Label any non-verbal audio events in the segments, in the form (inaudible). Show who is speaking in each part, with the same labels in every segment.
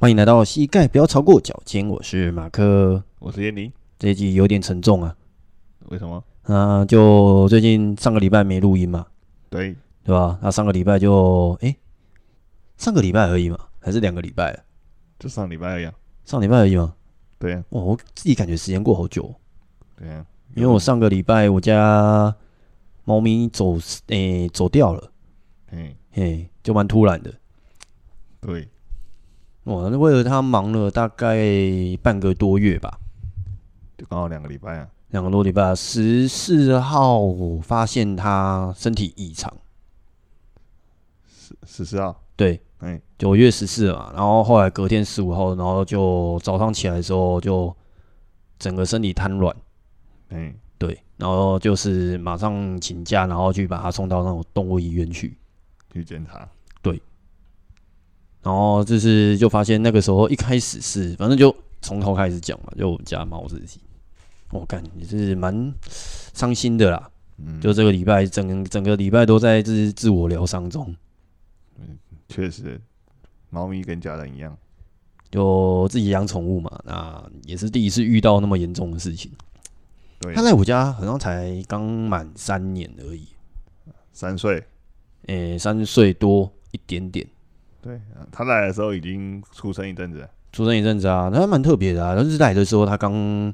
Speaker 1: 欢迎来到膝盖不要超过脚尖，我是马克。
Speaker 2: 我是燕妮。
Speaker 1: 这一集有点沉重啊，
Speaker 2: 为什么？
Speaker 1: 啊，就最近上个礼拜没录音嘛，
Speaker 2: 对，
Speaker 1: 对吧？那上个礼拜就诶，上个礼拜而已嘛，还是两个礼拜了？
Speaker 2: 就上礼拜而已、啊。
Speaker 1: 上礼拜而已嘛。
Speaker 2: 对呀、
Speaker 1: 哇，我自己感觉时间过好久哦，
Speaker 2: 对啊呀、
Speaker 1: 因为我上个礼拜我家猫咪走诶、走掉了，
Speaker 2: 哎，
Speaker 1: 嘿，就蛮突然的。
Speaker 2: 对，
Speaker 1: 哇，那为了它忙了大概半个多月吧，
Speaker 2: 就刚好两个礼拜啊。
Speaker 1: 两个多礼拜，十四号我发现他身体异常，
Speaker 2: 十四号，
Speaker 1: 对，
Speaker 2: 哎，
Speaker 1: 九月十四嘛，然后后来隔天十五号，然后就早上起来的时候就整个身体瘫软，
Speaker 2: 哎，
Speaker 1: 对，然后就是马上请假，然后去把他送到那种动物医院去，
Speaker 2: 去检查。
Speaker 1: 然后就是就发现那个时候一开始是，反正就从头开始讲嘛，就我们家猫自己，我感也是蛮伤心的啦，
Speaker 2: 嗯，
Speaker 1: 就这个礼拜整整个礼拜都在自自我疗伤中。
Speaker 2: 确实，猫咪跟家人一样。
Speaker 1: 就自己养宠物嘛，那也是第一次遇到那么严重的事情。
Speaker 2: 对
Speaker 1: 它，在我家好像才刚满三年而已，
Speaker 2: 三岁。
Speaker 1: 诶、三岁多一点点，
Speaker 2: 对，啊它来的时候已经出生一阵子了。
Speaker 1: 出生一阵子啊，它蛮特别的啊。但是来的时候，它刚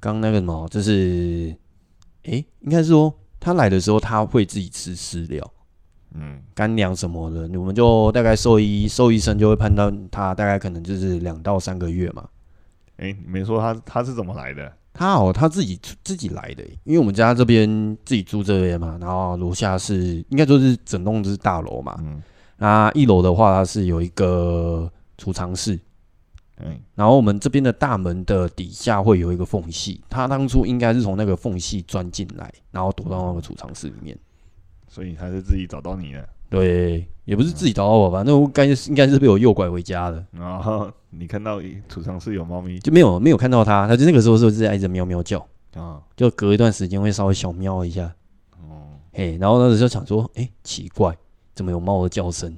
Speaker 1: 刚那个什么，就是诶、应该是说它来的时候，它会自己吃饲料、
Speaker 2: 嗯，
Speaker 1: 干粮什么的，我们就大概兽医兽医生就会判断它大概可能就是两到三个月嘛。
Speaker 2: 哎，你没说它它是怎么来的？
Speaker 1: 他哦，他自己自己来的，因为我们家这边自己住这边嘛，然后楼下是应该就是整栋是大楼嘛，
Speaker 2: 嗯，
Speaker 1: 那一楼的话它是有一个储藏室，
Speaker 2: 哎，
Speaker 1: 然后我们这边的大门的底下会有一个缝隙，他当初应该是从那个缝隙钻进来，然后躲到那个储藏室里面。
Speaker 2: 所以它是自己找到你的。
Speaker 1: 对，也不是自己找到我吧，那我该应该是被我诱拐回家的，
Speaker 2: 然后你看到一储藏室有猫咪
Speaker 1: 就没有没有看到他，他就那个时候是在一直喵喵叫，
Speaker 2: 啊，
Speaker 1: 就隔一段时间会稍微小喵一下。
Speaker 2: 哦，
Speaker 1: 嘿，然后那时候就想说，哎、奇怪，怎么有猫的叫声？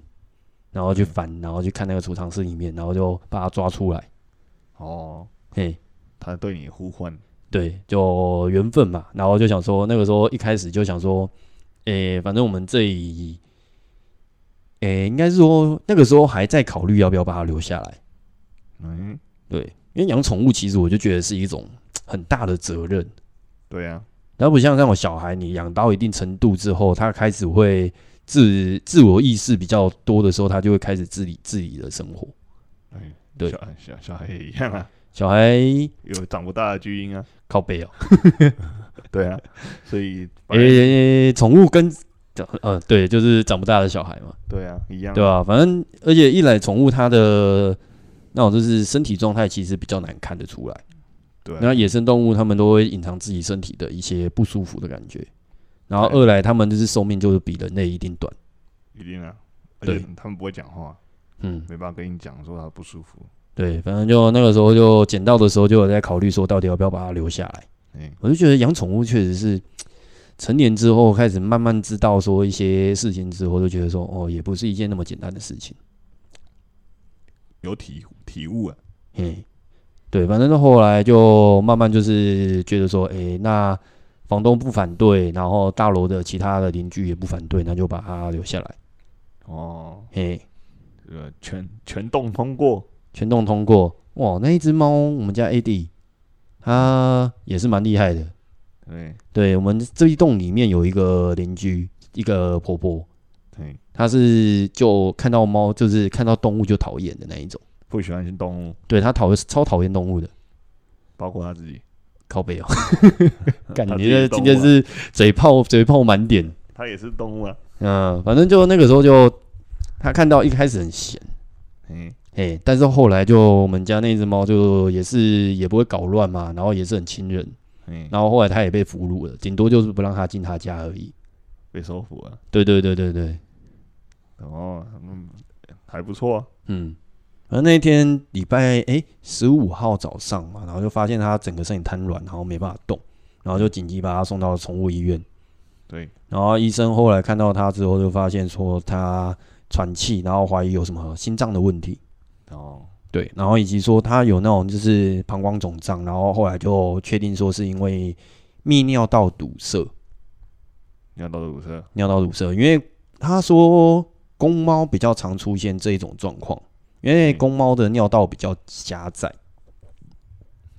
Speaker 1: 然后去翻，然后去看那个储藏室里面，然后就把它抓出来。
Speaker 2: 哦，
Speaker 1: 嘿，
Speaker 2: 它对你呼唤。
Speaker 1: 对，就缘分嘛。然后就想说，那个时候一开始就想说，诶、反正我们这里，诶、应该是说那个时候还在考虑要不要把它留下来。
Speaker 2: 嗯，
Speaker 1: 对，因为养宠物其实我就觉得是一种很大的责任。
Speaker 2: 对啊呀、
Speaker 1: 它不像那种小孩，你养到一定程度之后，他开始会自自我意识比较多的时候，他就会开始自理自理的生活。
Speaker 2: 哎，
Speaker 1: 对
Speaker 2: 小小小孩也一样啊，
Speaker 1: 小孩
Speaker 2: 有长不大的巨婴啊，
Speaker 1: 靠背哦、
Speaker 2: (laughs) 对啊，所以
Speaker 1: 诶、
Speaker 2: 哎，
Speaker 1: 宠物跟呃对，就是长不大的小孩嘛，
Speaker 2: 对啊，一样，
Speaker 1: 对吧、反正而且一来宠物它的那种就是身体状态其实比较难看得出来，
Speaker 2: 对啊，
Speaker 1: 那野生动物它们都会隐藏自己身体的一些不舒服的感觉，然后
Speaker 2: 对
Speaker 1: 二来它们就是寿命就是比人类一定短，
Speaker 2: 一定啊，而
Speaker 1: 对
Speaker 2: 且他们不会讲话，
Speaker 1: 嗯，
Speaker 2: 没办法跟你讲说他不舒服，
Speaker 1: 对，反正就那个时候就捡到的时候就有在考虑说到底要不要把它留下来。
Speaker 2: 哎，
Speaker 1: 我就觉得养宠物确实是成年之后开始慢慢知道说一些事情之后，就觉得说哦，也不是一件那么简单的事情。
Speaker 2: 有体体悟啊，
Speaker 1: 嘿，对，反正到后来就慢慢就是觉得说，诶、那房东不反对，然后大楼的其他的邻居也不反对，那就把它留下来。
Speaker 2: 哦，
Speaker 1: 嘿，
Speaker 2: 这个全全栋通过，
Speaker 1: 全栋通过。哇，那一只猫，我们家 AD，它也是蛮厉害的。
Speaker 2: 对，
Speaker 1: 对我们这一栋里面有一个邻居，一个婆婆，
Speaker 2: 对，
Speaker 1: 她是就看到猫，就是看到动物就讨厌的那一种。
Speaker 2: 不喜欢动物，
Speaker 1: 对她讨厌超讨厌动物的，
Speaker 2: 包括他自己，
Speaker 1: 靠背哦、感
Speaker 2: 她自己
Speaker 1: 觉
Speaker 2: 是动
Speaker 1: 今天
Speaker 2: 物啊
Speaker 1: 是嘴炮嘴炮满点。
Speaker 2: 他也是动物啊，
Speaker 1: 嗯，反正就那个时候就她看到一开始很闲，
Speaker 2: 哎，
Speaker 1: 哎，但是后来就我们家那只猫就也是也不会搞乱嘛，然后也是很亲人，
Speaker 2: 哎，
Speaker 1: 然后后来她也被俘虏了，顶多就是不让她进她家而已。
Speaker 2: 被收服了，
Speaker 1: 对对对对对。
Speaker 2: 哦，嗯，还不错啊，
Speaker 1: 嗯，而那一天礼拜哎十五号早上嘛，然后就发现他整个身体瘫软，然后没办法动，然后就紧急把他送到宠物医院。
Speaker 2: 对，
Speaker 1: 然后医生后来看到他之后，就发现说他喘气，然后怀疑有什么心脏的问题。
Speaker 2: 哦，
Speaker 1: 对，然后以及说他有那种就是膀胱肿胀，然后后来就确定说是因为泌尿道堵塞，
Speaker 2: 尿道堵塞，
Speaker 1: 尿道堵塞，因为他说公猫比较常出现这一种状况，因为
Speaker 2: 嗯
Speaker 1: 公猫的尿道比较狭窄。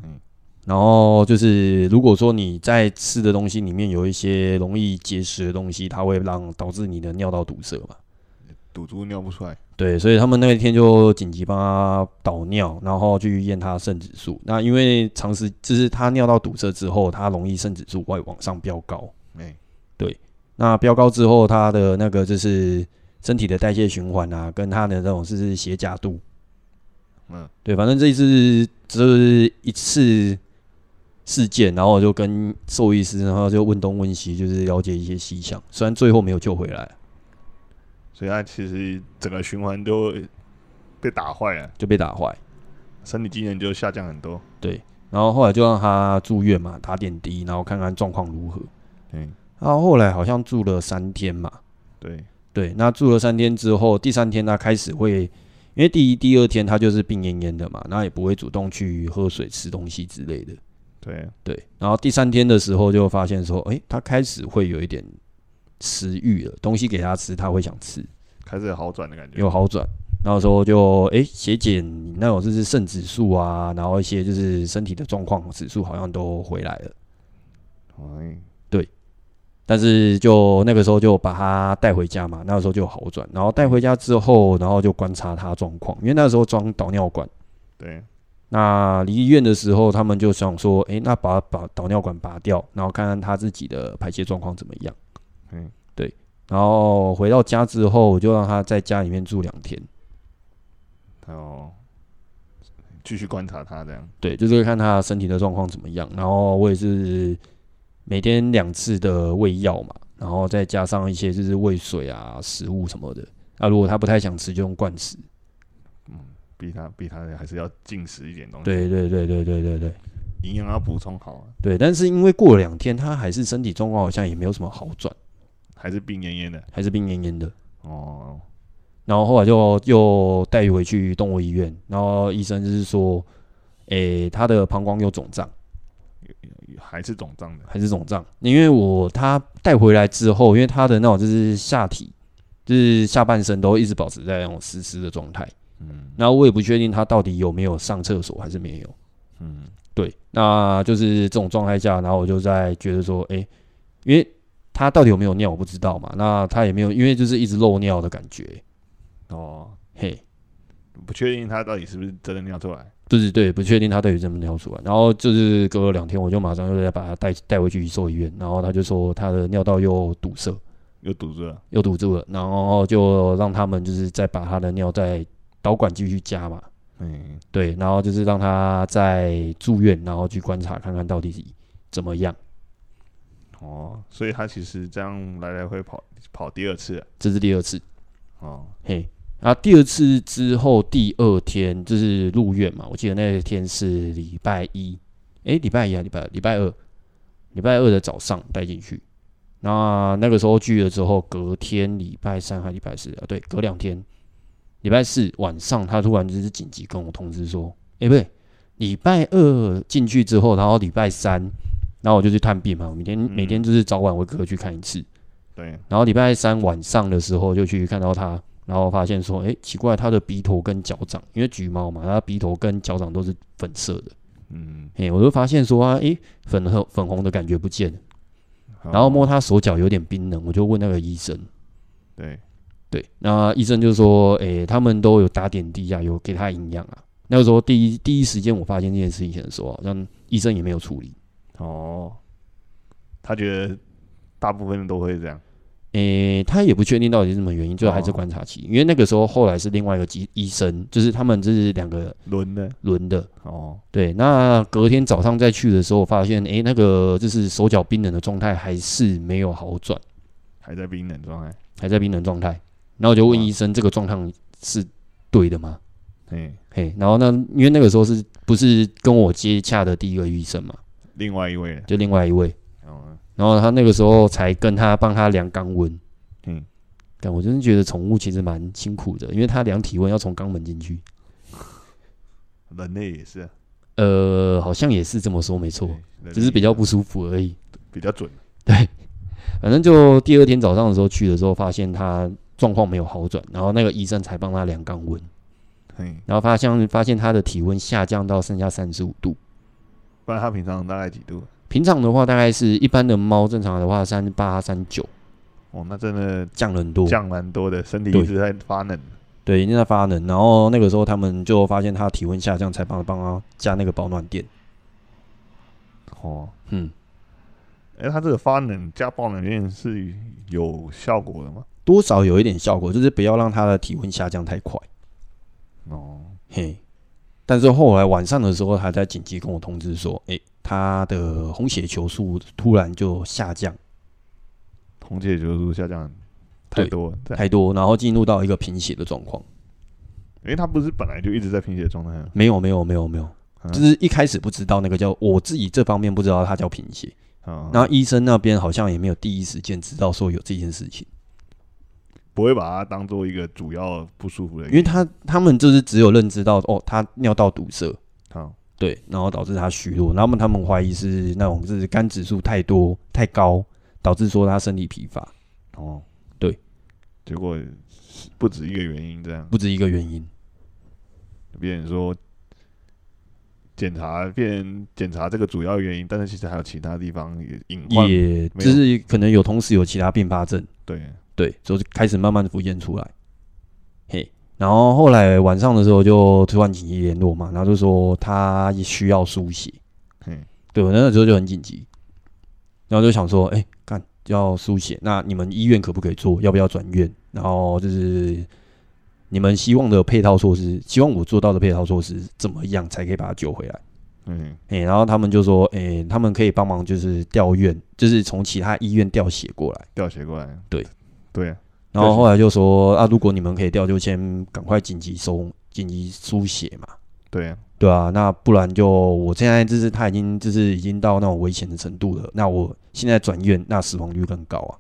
Speaker 2: 嗯
Speaker 1: 然后就是，如果说你在吃的东西里面有一些容易结石的东西，它会让导致你的尿道堵塞嘛。
Speaker 2: 堵住尿不出来，
Speaker 1: 对，所以他们那一天就紧急帮他导尿，然后去验他肾指数。那因为长时就是他尿道堵塞之后，他容易肾指数会往上飙高。
Speaker 2: 哎、
Speaker 1: 那飙高之后，他的那个就是身体的代谢循环啊，跟他的那种是血钾度，
Speaker 2: 嗯，
Speaker 1: 对，反正这一次就是一次事件，然后我就跟兽医师，然后就问东问西，就是了解一些细项。虽然最后没有救回来，
Speaker 2: 所以它其实整个循环都被打坏了，
Speaker 1: 就被打坏，
Speaker 2: 身体机能就下降很多。
Speaker 1: 然后后来就让他住院嘛，打点滴，然后看看状况如何。
Speaker 2: 嗯，
Speaker 1: 然后后来好像住了三天嘛，
Speaker 2: 对，
Speaker 1: 对，那住了三天之后，第三天他开始会，因为第一、第二天他就是病恹恹的嘛，那也不会主动去喝水、吃东西之类的。
Speaker 2: 对，
Speaker 1: 对，然后第三天的时候就发现说，诶，他开始会有一点食欲了，东西给他吃，他会想吃，
Speaker 2: 开始有好转的感觉。
Speaker 1: 有好转。然后说就诶，血检那种就是肾指数啊，然后一些就是身体的状况指数好像都回来了，
Speaker 2: 哎，
Speaker 1: 但是就那个时候就把他带回家嘛，那个时候就有好转。然后带回家之后，然后就观察他状况，因为那时候装导尿管。
Speaker 2: 对，
Speaker 1: 那离医院的时候，他们就想说，诶，那把把导尿管拔掉，然后看看他自己的排泄状况怎么样。
Speaker 2: 嗯，
Speaker 1: 对。然后回到家之后，我就让他在家里面住两天，
Speaker 2: 然后继续观察它这样。
Speaker 1: 对，就是看他身体的状况怎么样。然后我也是每天两次的喂药嘛，然后再加上一些就是喂水啊、食物什么的。那、如果他不太想吃，就用灌食。
Speaker 2: 逼他逼他还是要进食一点东西，，
Speaker 1: 对对对对对对对
Speaker 2: 营养要补充好啊，
Speaker 1: 对。但是因为过了两天，他还是身体状况好像也没有什么好转，
Speaker 2: 还是病恹恹的
Speaker 1: 还是病恹恹的。
Speaker 2: 哦，
Speaker 1: 然后后来就又带回去动物医院，然后医生就是说，诶、他的膀胱有肿胀，
Speaker 2: 还是肿胀的，
Speaker 1: 还是肿胀？因为我他带回来之后，因为他的那种就是下体，就是下半身都一直保持在那种湿湿的状态，
Speaker 2: 嗯
Speaker 1: 然后我也不确定他到底有没有上厕所还是没有。
Speaker 2: 嗯，
Speaker 1: 对，那就是这种状态下，然后我就在觉得说，诶、因为他到底有没有尿我不知道嘛，那他也没有，因为就是一直漏尿的感觉，
Speaker 2: 哦，
Speaker 1: 嘿，
Speaker 2: 不确定他到底是不是真的尿出来，
Speaker 1: 就是对，不确定他到底怎么尿出来。然后就是隔了两天，我就马上又再把他带带回去兽医院，然后他就说他的尿道又堵塞，
Speaker 2: 又堵住了，
Speaker 1: 又堵住了，然后就让他们就是再把他的尿再导管继续加嘛，
Speaker 2: 嗯，
Speaker 1: 对，然后就是让他再住院，然后去观察看看到底怎么样。
Speaker 2: 哦，所以他其实这样来来回跑跑第二次了，
Speaker 1: 这是第二次，
Speaker 2: 哦，
Speaker 1: 嘿，啊，第二次之后第二天就是入院嘛，我记得那天是礼拜一，诶，礼拜一啊，礼拜礼拜二，礼拜二的早上带进去。那那个时候去了之后，隔天礼拜三还礼拜四啊，对，隔两天，礼拜四晚上他突然就是紧急跟我通知说，诶，不对，礼拜二进去之后，然后礼拜三，然后我就去探病嘛，我每天、每天就是早晚我各去看一次，
Speaker 2: 对，
Speaker 1: 然后礼拜三晚上的时候就去看到他，然后发现说，哎、奇怪，他的鼻头跟脚掌，因为橘猫嘛，它鼻头跟脚掌都是粉色的，
Speaker 2: 嗯，
Speaker 1: 哎、我就发现说啊，哎、粉红粉红的感觉不见了，然后摸
Speaker 2: 他，
Speaker 1: 他手脚有点冰冷，我就问那个医生，
Speaker 2: 对，
Speaker 1: 对，那医生就说，哎、他们都有打点滴啊，有给他营养啊。那个时候第一第一时间我发现这件事情的时候，好像医生也没有处理，
Speaker 2: 哦，他觉得大部分都会这样，
Speaker 1: 诶、他也不确定到底是什么原因，最后还是
Speaker 2: 哦
Speaker 1: 观察期。因为那个时候后来是另外一个医医生，就是他们这是两个
Speaker 2: 轮的，
Speaker 1: 轮的，
Speaker 2: 哦，
Speaker 1: 对，那隔天早上再去的时候，发现诶，那个就是手脚冰冷的状态还是没有好转，
Speaker 2: 还在冰冷状态，
Speaker 1: 还在冰冷状态。然后我就问
Speaker 2: 哇
Speaker 1: 医生，这个状况是对的吗？
Speaker 2: 嗯，
Speaker 1: 嘿，然后那因为那个时候是不是跟我接洽的第一个医生嘛，
Speaker 2: 另外一位了，
Speaker 1: 就另外一位，
Speaker 2: 哦，
Speaker 1: 然后他那个时候才跟他帮他量肛温。
Speaker 2: 嗯，
Speaker 1: 但我真的觉得宠物其实蛮辛苦的，因为它量体温要从肛门进去，
Speaker 2: 人类也是啊，
Speaker 1: 呃，好像也是这么说，没错
Speaker 2: 对，人类
Speaker 1: 只是比较
Speaker 2: 也
Speaker 1: 不舒服而已。
Speaker 2: 比较准，
Speaker 1: 反正就第二天早上的时候去的时候，发现他状况没有好转，然后那个医生才帮他量肛温，
Speaker 2: 嘿，
Speaker 1: 然后发现发现他的体温下降到剩下三十五度。
Speaker 2: 不然他平常大概几度？
Speaker 1: 平常的话，大概是一般的猫，正常的话三八三九，
Speaker 2: 哦，那真的
Speaker 1: 降很多。
Speaker 2: 降蛮多的，身体
Speaker 1: 对
Speaker 2: 一直在发冷。
Speaker 1: 对，一定在发冷。然后那个时候他们就发现他体温下降，才帮帮他加那个保暖垫。
Speaker 2: 哦，
Speaker 1: 嗯，
Speaker 2: 哎、他这个发冷加爆冷链是有效果的吗？
Speaker 1: 多少有一点效果，就是不要让他的体温下降太快。
Speaker 2: 哦，
Speaker 1: 嘿，但是后来晚上的时候，他在紧急跟我通知说，诶、他的红血球数突然就下降
Speaker 2: 红血球素下降太
Speaker 1: 对
Speaker 2: 多了，对，
Speaker 1: 太多，然后进入到一个贫血的状况。
Speaker 2: 因为他不是本来就一直在贫血状态啊吗？
Speaker 1: 没有，没有，没有，没有，
Speaker 2: 嗯
Speaker 1: 就是一开始不知道那个叫我自己这方面不知道它叫贫血，
Speaker 2: 啊，
Speaker 1: 然后医生那边好像也没有第一时间知道说有这件事情，
Speaker 2: 不会把它当做一个主要不舒服的
Speaker 1: 因为他他们就是只有认知到哦，他尿道堵塞，
Speaker 2: 好
Speaker 1: 对，然后导致他虚弱，然后他们怀疑是那种是肝指数太多太高，导致说他身体疲乏，
Speaker 2: 哦，
Speaker 1: 对，
Speaker 2: 结果是不止一个原因，这样
Speaker 1: 不止一个原因。
Speaker 2: 别人说检查，别人检查这个主要原因，但是其实还有其他地方也隐患，
Speaker 1: 也
Speaker 2: 没
Speaker 1: 就
Speaker 2: 有
Speaker 1: 是可能有同时有其他并发症，
Speaker 2: 对，
Speaker 1: 对，就是开始慢慢的浮现出来。嘿，然后后来晚上的时候就突然紧急联络嘛，然后就说他需要输血，
Speaker 2: 嗯，
Speaker 1: 对我那个时候就很紧急，然后就想说，哎、干要输血，那你们医院可不可以做？要不要转院？然后就是你们希望的配套措施，希望我做到的配套措施怎么样才可以把他救回来？
Speaker 2: 嗯，
Speaker 1: 哎、然后他们就说，哎、他们可以帮忙就是调院，就是从其他医院调血过来。
Speaker 2: 掉血过来，
Speaker 1: 对，
Speaker 2: 对啊，
Speaker 1: 然后后来就说啊，如果你们可以调，就先赶快紧急收紧急输血嘛，
Speaker 2: 对啊，
Speaker 1: 对啊，那不然就我现在就是他已经就是已经到那种危险的程度了，那我现在转院，那死亡率更高啊。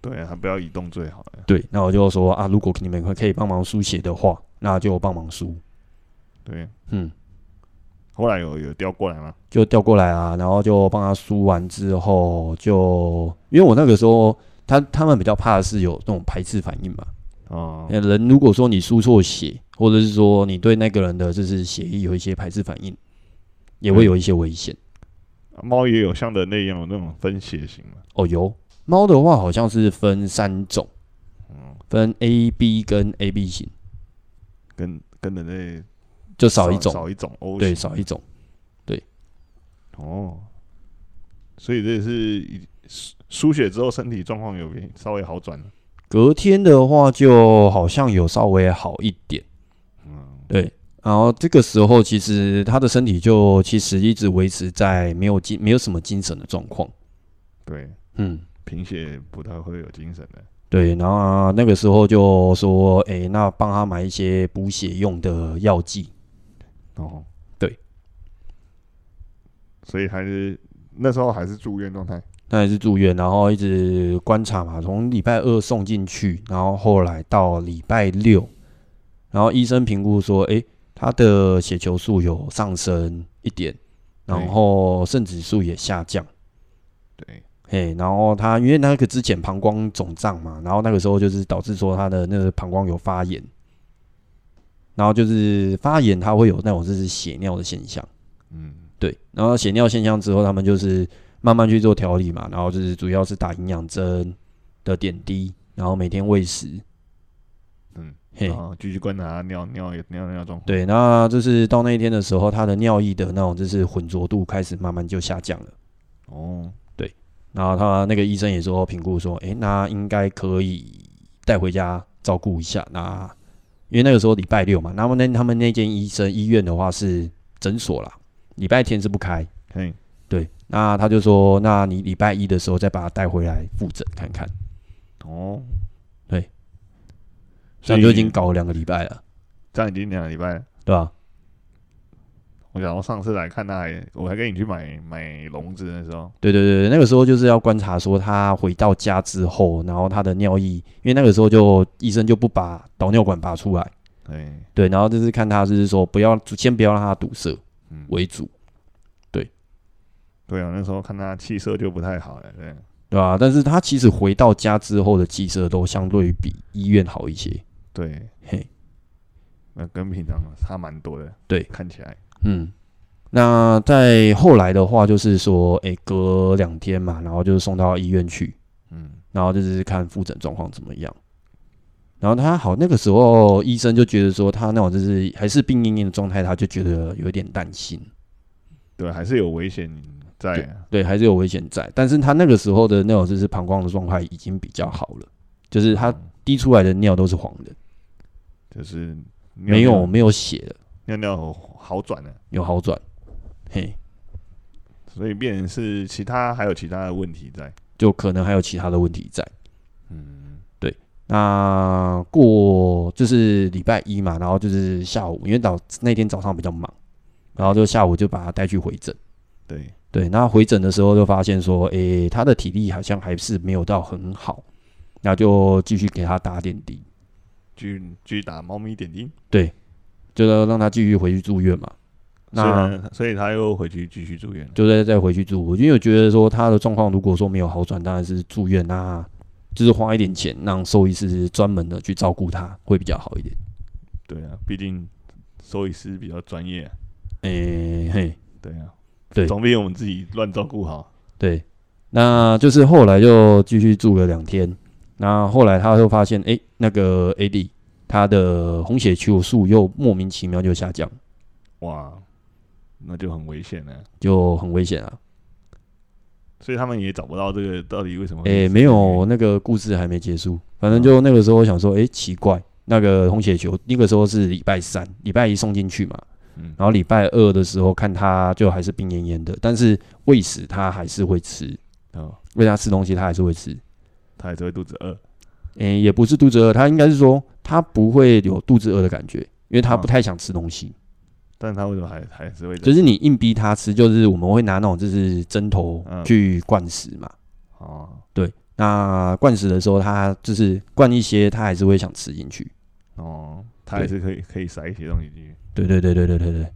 Speaker 2: 对啊，还不要移动最好了，
Speaker 1: 对，那我就说啊，如果你们可以帮忙输血的话，那就帮忙输，
Speaker 2: 对啊。
Speaker 1: 嗯，
Speaker 2: 后来有有调过来吗？
Speaker 1: 就调过来啊，然后就帮他输完之后就，因为我那个时候他他们比较怕的是有那种排斥反应嘛，
Speaker 2: 哦，
Speaker 1: 呃人如果说你输错血，或者是说你对那个人的就是血液有一些排斥反应，也会有一些危险。
Speaker 2: 猫也有像人类一样有那种分血型嘛？
Speaker 1: 哦，有猫的话好像是分三种，
Speaker 2: 嗯，
Speaker 1: 分 A、B 跟 AB 型，
Speaker 2: 跟跟人类
Speaker 1: 就少一种，
Speaker 2: 少一种 O 型，
Speaker 1: 对，少一种。
Speaker 2: 哦，所以这是一输输血之后身体状况有变稍微好转了。
Speaker 1: 隔天的话就好像有稍微好一点，
Speaker 2: 嗯，
Speaker 1: 对。然后这个时候其实他的身体就其实一直维持在没有精没有什么精神的状况，
Speaker 2: 对，
Speaker 1: 嗯。
Speaker 2: 贫血不太会有精神的。
Speaker 1: 对，然后啊那个时候就说，诶、那帮他买一些补血用的药剂，
Speaker 2: 哦，
Speaker 1: 对，
Speaker 2: 所以还是那时候还是住院状态。
Speaker 1: 那也是住院，然后一直观察嘛，从礼拜二送进去，然后后来到礼拜六，然后医生评估说，诶、他的血球数有上升一点，然
Speaker 2: 对
Speaker 1: 后肾指数也下降，
Speaker 2: 对，
Speaker 1: 嘿，然后他因为那个之前膀胱肿胀嘛，然后那个时候就是导致说他的那个膀胱有发炎，然后就是发炎，它会有那种就是血尿的现象，
Speaker 2: 嗯，
Speaker 1: 对，然后血尿现象之后，他们就是慢慢去做调理嘛，然后就是主要是打营养针的点滴，然后每天喂食，
Speaker 2: 嗯，
Speaker 1: 嘿
Speaker 2: 然，后继续观察他尿尿尿尿状况。
Speaker 1: 对，那就是到那一天的时候，他的尿液的那种就是浑浊度开始慢慢就下降了。
Speaker 2: 哦，
Speaker 1: 然后他那个医生也说评估说，诶，那应该可以带回家照顾一下。那因为那个时候礼拜六嘛，那么那他们那间医生医院的话是诊所啦，礼拜天是不开。
Speaker 2: 嘿，
Speaker 1: 对，那他就说，那你礼拜一的时候再把他带回来复诊看看。
Speaker 2: 哦，
Speaker 1: 对，这
Speaker 2: 所以
Speaker 1: 样就已经搞了两个礼拜了，
Speaker 2: 这样已经两个礼拜了。
Speaker 1: 对吧、
Speaker 2: 我想到上次来看他还，我还跟你去买买笼子的时候，
Speaker 1: 对对对，那个时候就是要观察说他回到家之后，然后他的尿液，因为那个时候就医生就不把导尿管拔出来，
Speaker 2: 哎，
Speaker 1: 对，然后就是看他就是说不要先不要让他堵塞
Speaker 2: 嗯，
Speaker 1: 为主，
Speaker 2: 对啊，那时候看他气色就不太好了，对，
Speaker 1: 对吧、但是他其实回到家之后的气色都相对于比医院好一些，
Speaker 2: 对，
Speaker 1: 嘿，
Speaker 2: 那跟平常差蛮多的，
Speaker 1: 对
Speaker 2: 看起来，
Speaker 1: 嗯。那在后来的话，就是说，诶、隔两天嘛，然后就是送到医院去，
Speaker 2: 嗯，
Speaker 1: 然后就是看复诊状况怎么样。然后他好，那个时候医生就觉得说他那种就是还是病恹恹的状态，他就觉得有一点担心，
Speaker 2: 对，还是有危险在啊，
Speaker 1: 对，还是有危险在。但是他那个时候的那种就是膀胱的状态已经比较好了，就是他
Speaker 2: 嗯
Speaker 1: 滴出来的尿都是黄的，
Speaker 2: 就是
Speaker 1: 没
Speaker 2: 尿
Speaker 1: 有
Speaker 2: 尿
Speaker 1: 没有血了，
Speaker 2: 尿尿好转了，
Speaker 1: 有好转。嘿，
Speaker 2: 所以变成是其他还有其他的问题在，
Speaker 1: 就可能还有其他的问题在。
Speaker 2: 嗯，
Speaker 1: 那过就是礼拜一嘛，然后就是下午，因为早那天早上比较忙，然后就下午就把他带去回诊。
Speaker 2: 对，
Speaker 1: 对，那回诊的时候就发现说，诶、他的体力好像还是没有到很好，那就继续给他打点滴，
Speaker 2: 继续继续打猫咪点滴，
Speaker 1: 就是让他继续回去住院嘛。
Speaker 2: 所以
Speaker 1: 那
Speaker 2: 呢所以他又回去继续住院了，
Speaker 1: 就再再回去住，因为我觉得说他的状况如果说没有好转，当然是住院那就是花一点钱让兽医师专门的去照顾他会比较好一点。
Speaker 2: 对啊，毕竟兽医师比较专业啊、
Speaker 1: 诶、嘿，
Speaker 2: 对啊，
Speaker 1: 对
Speaker 2: 总比我们自己乱照顾好。
Speaker 1: 对，那就是后来就继续住了两天，那后来他就发现，诶、那个 AD 他的红血球数又莫名其妙就下降。
Speaker 2: 哇，那就很危险了。
Speaker 1: 就很危险啊。
Speaker 2: 所以他们也找不到这个到底为什么。
Speaker 1: 诶、没有，，那个故事还没结束，反
Speaker 2: 嗯
Speaker 1: 正就那个时候我想说，诶、奇怪，那个红血球那个时候是礼拜三，礼拜一送进去嘛，
Speaker 2: 嗯，
Speaker 1: 然后礼拜二的时候看他就还是病恹恹的，但是喂食他还是会吃，
Speaker 2: 哦，
Speaker 1: 喂他吃东西他还是会吃，
Speaker 2: 他还是会肚子饿。
Speaker 1: 诶、也不是肚子饿，他应该是说他不会有肚子饿的感觉，因为
Speaker 2: 哦
Speaker 1: 他不太想吃东西，
Speaker 2: 但是他为什么还还是会？
Speaker 1: 就是你硬逼他吃，就是我们会拿那种就是针头
Speaker 2: 嗯
Speaker 1: 去灌食嘛，
Speaker 2: 哦
Speaker 1: 那灌食的时候，他就是灌一些，他还是会想吃进去。
Speaker 2: 哦，他还是可以可以塞一些东西进去。
Speaker 1: 对对对对对对对。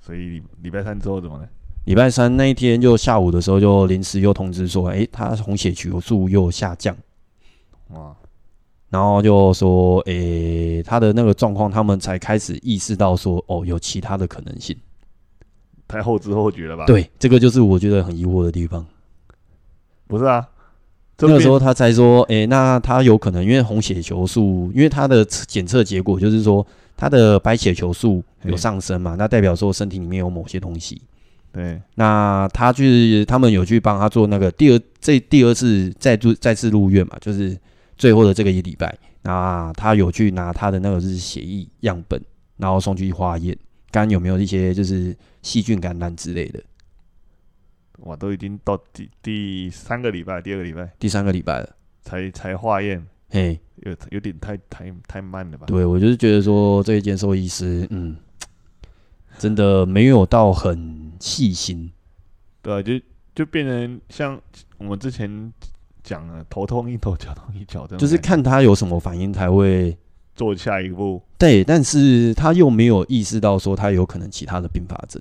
Speaker 2: 所以礼礼拜三之后怎么了？
Speaker 1: 礼拜三那一天就下午的时候，就临时又通知说，诶、他红血球数又下降，
Speaker 2: 哇，
Speaker 1: 然后就说，诶、他的那个状况，他们才开始意识到说，哦，有其他的可能性。
Speaker 2: 太后知后觉了吧？，
Speaker 1: 对，这个就是我觉得很疑惑的地方。
Speaker 2: 不是啊，这
Speaker 1: 那个
Speaker 2: 边
Speaker 1: 时候他才说，诶、那他有可能因为红血球数，因为他的检测结果就是说他的白血球数有
Speaker 2: 嘿
Speaker 1: 上升嘛，那代表说身体里面有某些东西。
Speaker 2: 对
Speaker 1: 那他去，他们有去帮他做那个第二这第二次再度再次入院嘛，就是最后的这个一礼拜，那他有去拿他的那个就是血液样本，然后送去化验，看有没有一些就是细菌感染之类的。
Speaker 2: 哇，都已经到第第三个礼拜、第二个礼拜
Speaker 1: 第三个礼拜了，
Speaker 2: 才才化验，
Speaker 1: 嘿，
Speaker 2: 有有点太太太慢了吧？
Speaker 1: 对我就是觉得说这一件兽医师，嗯，真的没有到很细心，
Speaker 2: 对啊，就就变成像我们之前讲了，头痛一头，脚痛一脚，这种
Speaker 1: 就是
Speaker 2: 感觉
Speaker 1: 看他有什么反应才会
Speaker 2: 做下一步
Speaker 1: 对，但是他又没有意识到说他有可能其他的并发症。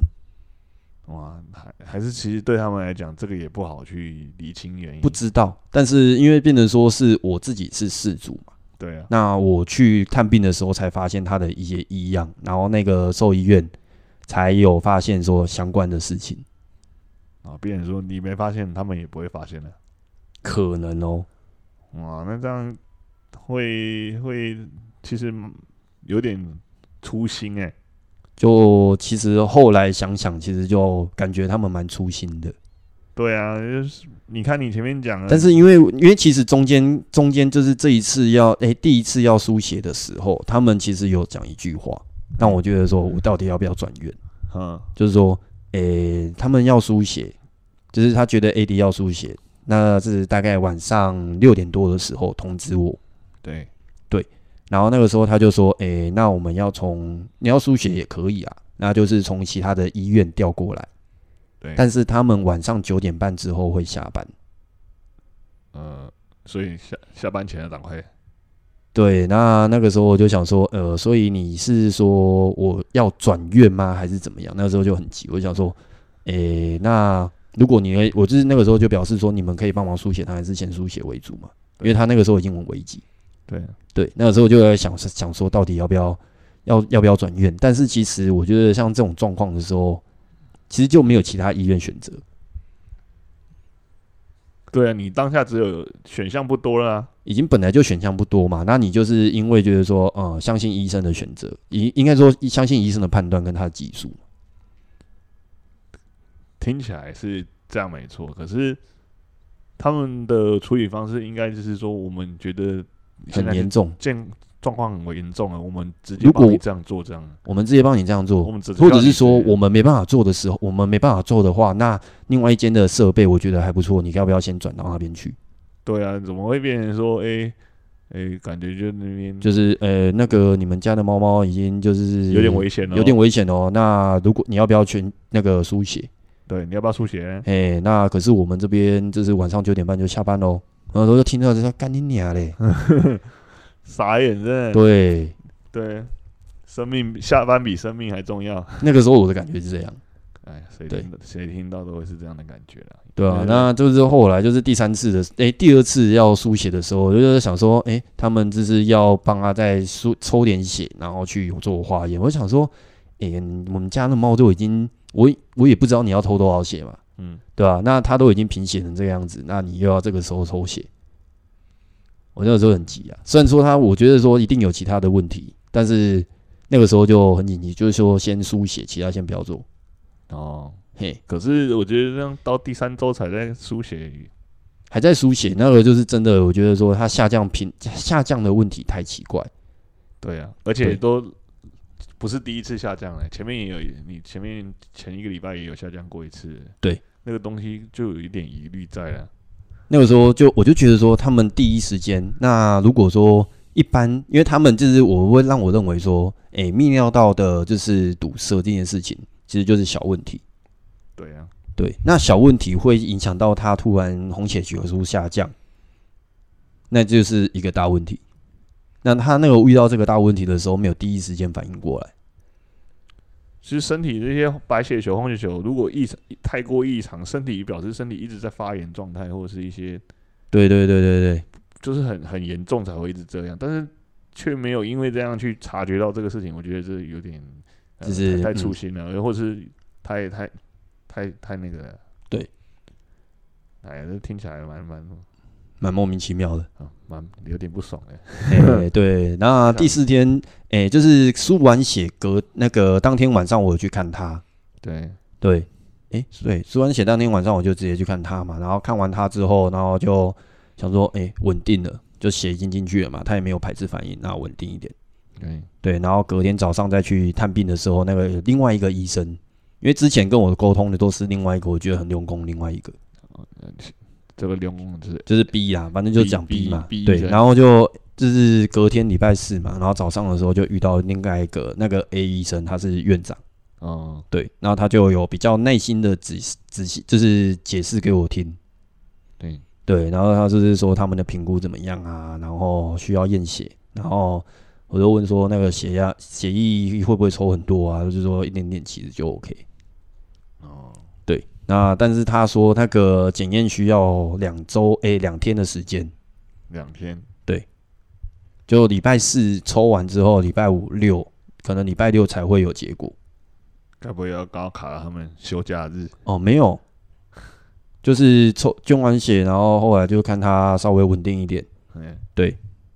Speaker 2: 哇，还还是其实对他们来讲，这个也不好去理清原因。
Speaker 1: 不知道，但是因为变成说是我自己是事主嘛，
Speaker 2: 对啊，
Speaker 1: 那我去看病的时候才发现他的一些异样，然后那个兽医院才有发现说相关的事情，
Speaker 2: 啊，别人说你没发现，他们也不会发现的。
Speaker 1: 可能哦，
Speaker 2: 哇，那这样会会其实有点粗心哎、
Speaker 1: 就其实后来想想，其实就感觉他们蛮粗心的，
Speaker 2: 对啊，就是你看你前面讲了，
Speaker 1: 但是因为因为其实中间中间就是这一次要诶、第一次要输血的时候，他们其实有讲一句话，让我觉得说我到底要不要转院。
Speaker 2: 嗯，
Speaker 1: 就是说，诶、他们要输血，就是他觉得 AD 要输血，那是大概晚上六点多的时候通知我，
Speaker 2: 对，
Speaker 1: 然后那个时候他就说，诶、那我们要从你要输血也可以啊，那就是从其他的医院调过来，
Speaker 2: 对
Speaker 1: 但是他们晚上九点半之后会下班，
Speaker 2: 呃，所以下下班前要赶快
Speaker 1: 对，那那个时候我就想说，呃，所以你是说我要转院吗，还是怎么样？那个时候就很急，我就想说，诶、那如果你会，我就是那个时候就表示说，你们可以帮忙书写，他还是先书写为主嘛，因为他那个时候已经很危急。
Speaker 2: 对，
Speaker 1: 对，啊那个时候就在想想说，到底要不要要要不要转院？但是其实我觉得像这种状况的时候，其实就没有其他医院选择。
Speaker 2: 对啊，你当下只有选项不多了啊。
Speaker 1: 已经本来就选项不多嘛，那你就是因为觉得说，呃，相信医生的选择，应应该说相信医生的判断跟他的技术。
Speaker 2: 听起来是这样没错，可是他们的处理方式应该就是说，我们觉得现
Speaker 1: 很
Speaker 2: 在
Speaker 1: 严重。
Speaker 2: 健状况很严重了，啊我们直接
Speaker 1: 如果
Speaker 2: 帮你这样做这样，
Speaker 1: 我们直接帮你这样
Speaker 2: 我
Speaker 1: 做，
Speaker 2: 们只
Speaker 1: 或者是说我们没办法做的时候，我们没办法做的话，那另外一间的设备我觉得还不错，你要不要先转到那边去？
Speaker 2: 对啊，怎么会变成说，哎、哎、感觉就那边
Speaker 1: 就是呃，那个你们家的猫猫已经就是
Speaker 2: 嗯有点危险了、
Speaker 1: 有点危险哦。那如果你要不要全那个输血？
Speaker 2: 对，你要不要输血？
Speaker 1: 哎，那可是我们这边就是晚上九点半就下班喽。然后我就听到就说干你娘嘞，
Speaker 2: 傻眼真的，
Speaker 1: 对，
Speaker 2: 对，生命下班比生命还重要。
Speaker 1: 那个时候我的感觉是这样，
Speaker 2: 哎，谁
Speaker 1: 对
Speaker 2: 听到谁听到都会是这样的感觉啦。
Speaker 1: 对啊，
Speaker 2: 对
Speaker 1: 那就是后来就是第三次的，诶，第二次要输血的时候，我就是想说，诶，他们就是要帮他再输抽点血，然后去做化验。我想说，诶，我们家的猫都已经，我我也不知道你要抽多少血嘛，
Speaker 2: 嗯，
Speaker 1: 对吧、那它都已经贫血成这个样子，那你又要这个时候抽血，我那个时候很急啊。虽然说他，我觉得说一定有其他的问题，但是那个时候就很紧急，就是说先输血，其他先不要做。
Speaker 2: 哦，
Speaker 1: 嘿，
Speaker 2: 可是我觉得这样到第三周才在输血，
Speaker 1: 还在书写，那个就是真的，我觉得说它下降频下降的问题太奇怪。
Speaker 2: 对啊，
Speaker 1: 对
Speaker 2: 而且都不是第一次下降了，前面也有你前面前一个礼拜也有下降过一次，
Speaker 1: 对，
Speaker 2: 那个东西就有一点疑虑在了。
Speaker 1: 那个时候就我就觉得说，他们第一时间，那如果说一般，因为他们就是我会让我认为说，诶、泌尿道的就是堵塞这件事情，其实就是小问题。
Speaker 2: 对啊，
Speaker 1: 对，那小问题会影响到它突然红血球数下降，那就是一个大问题。那他那个遇到这个大问题的时候，没有第一时间反应过来，
Speaker 2: 其实身体这些白血球、红血球，如果异常太过异常，身体表示身体一直在发炎状态，或者是一些
Speaker 1: 对对对对对，
Speaker 2: 就是很很严重才会一直这样，但是却没有因为这样去察觉到这个事情，我觉得这有点、呃
Speaker 1: 就是
Speaker 2: 太太
Speaker 1: 嗯
Speaker 2: 粗心了，或者是太太太太那个了。
Speaker 1: 对，
Speaker 2: 哎，这听起来蛮蛮
Speaker 1: 蛮莫名其妙的。
Speaker 2: 啊蛮有点不爽的。
Speaker 1: 哎，对，那第四天，哎、就是输完血隔那个当天晚上，我有去看他。
Speaker 2: 对，
Speaker 1: 对，哎、对，输完血当天晚上我就直接去看他嘛，然后看完他之后，然后就想说，哎、稳定了，就血已经进去了嘛，他也没有排斥反应，那稳定一点。
Speaker 2: 对，
Speaker 1: 对，然后隔天早上再去探病的时候，那个另外一个医生，因为之前跟我沟通的都是另外一个，我觉得很用功，另外一个
Speaker 2: 这个流脓就是
Speaker 1: 就是 B 啦，反正就
Speaker 2: B-
Speaker 1: 讲 B
Speaker 2: B-
Speaker 1: 嘛
Speaker 2: B
Speaker 1: 对，
Speaker 2: 对
Speaker 1: 然后就就是隔天礼拜四嘛，然后早上的时候就遇到另外一个那个 A 医生，他是院长，
Speaker 2: 嗯，
Speaker 1: 对，然后他就有比较耐心的仔仔细就是解释给我听，
Speaker 2: 对，
Speaker 1: 对，然后他就是说他们的评估怎么样啊，然后需要验血，然后我就问说那个血压血液会不会抽很多啊，就是说一点点其实就 OK，
Speaker 2: 哦，
Speaker 1: 对，那但是他说那个检验需要两周诶两天的时间。
Speaker 2: 两天，
Speaker 1: 就礼拜四抽完之后，礼拜五六可能礼拜六才会有结果。
Speaker 2: 该不会要刚好卡到他们休假日？
Speaker 1: 哦，没有，就是抽捐完血，然后后来就看他稍微稳定一点，
Speaker 2: 嗯，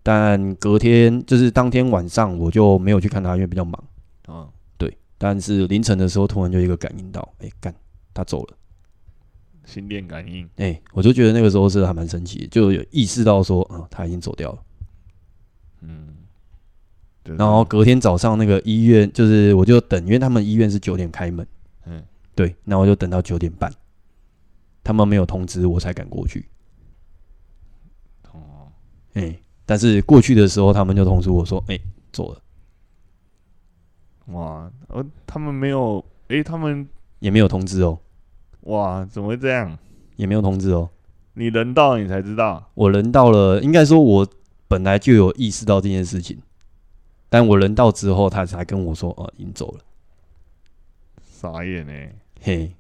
Speaker 1: 但隔天就是当天晚上我就没有去看他，因为比较忙。
Speaker 2: 哦，
Speaker 1: 但是凌晨的时候突然就一个感应到，哎、干，他走了，
Speaker 2: 心电感应，
Speaker 1: 哎、我就觉得那个时候是还蛮神奇的，就有意识到说，啊、他已经走掉了。
Speaker 2: 嗯，就是
Speaker 1: 然后隔天早上那个医院，就是我就等，因为他们医院是九点开门，
Speaker 2: 嗯，
Speaker 1: 对，那我就等到九点半，他们没有通知我才敢过去。
Speaker 2: 哦，
Speaker 1: 哎、但是过去的时候他们就通知我说，哎、走了，
Speaker 2: 哇，呃，他们没有，诶、他们
Speaker 1: 也没有通知哦，
Speaker 2: 哇，怎么会这样？
Speaker 1: 也没有通知哦。
Speaker 2: 你人到了你才知道，
Speaker 1: 我人到了，应该说我本来就有意识到这件事情，但我人到之后，他才跟我说，哦，已经走了。
Speaker 2: 傻眼呢、
Speaker 1: 嘿，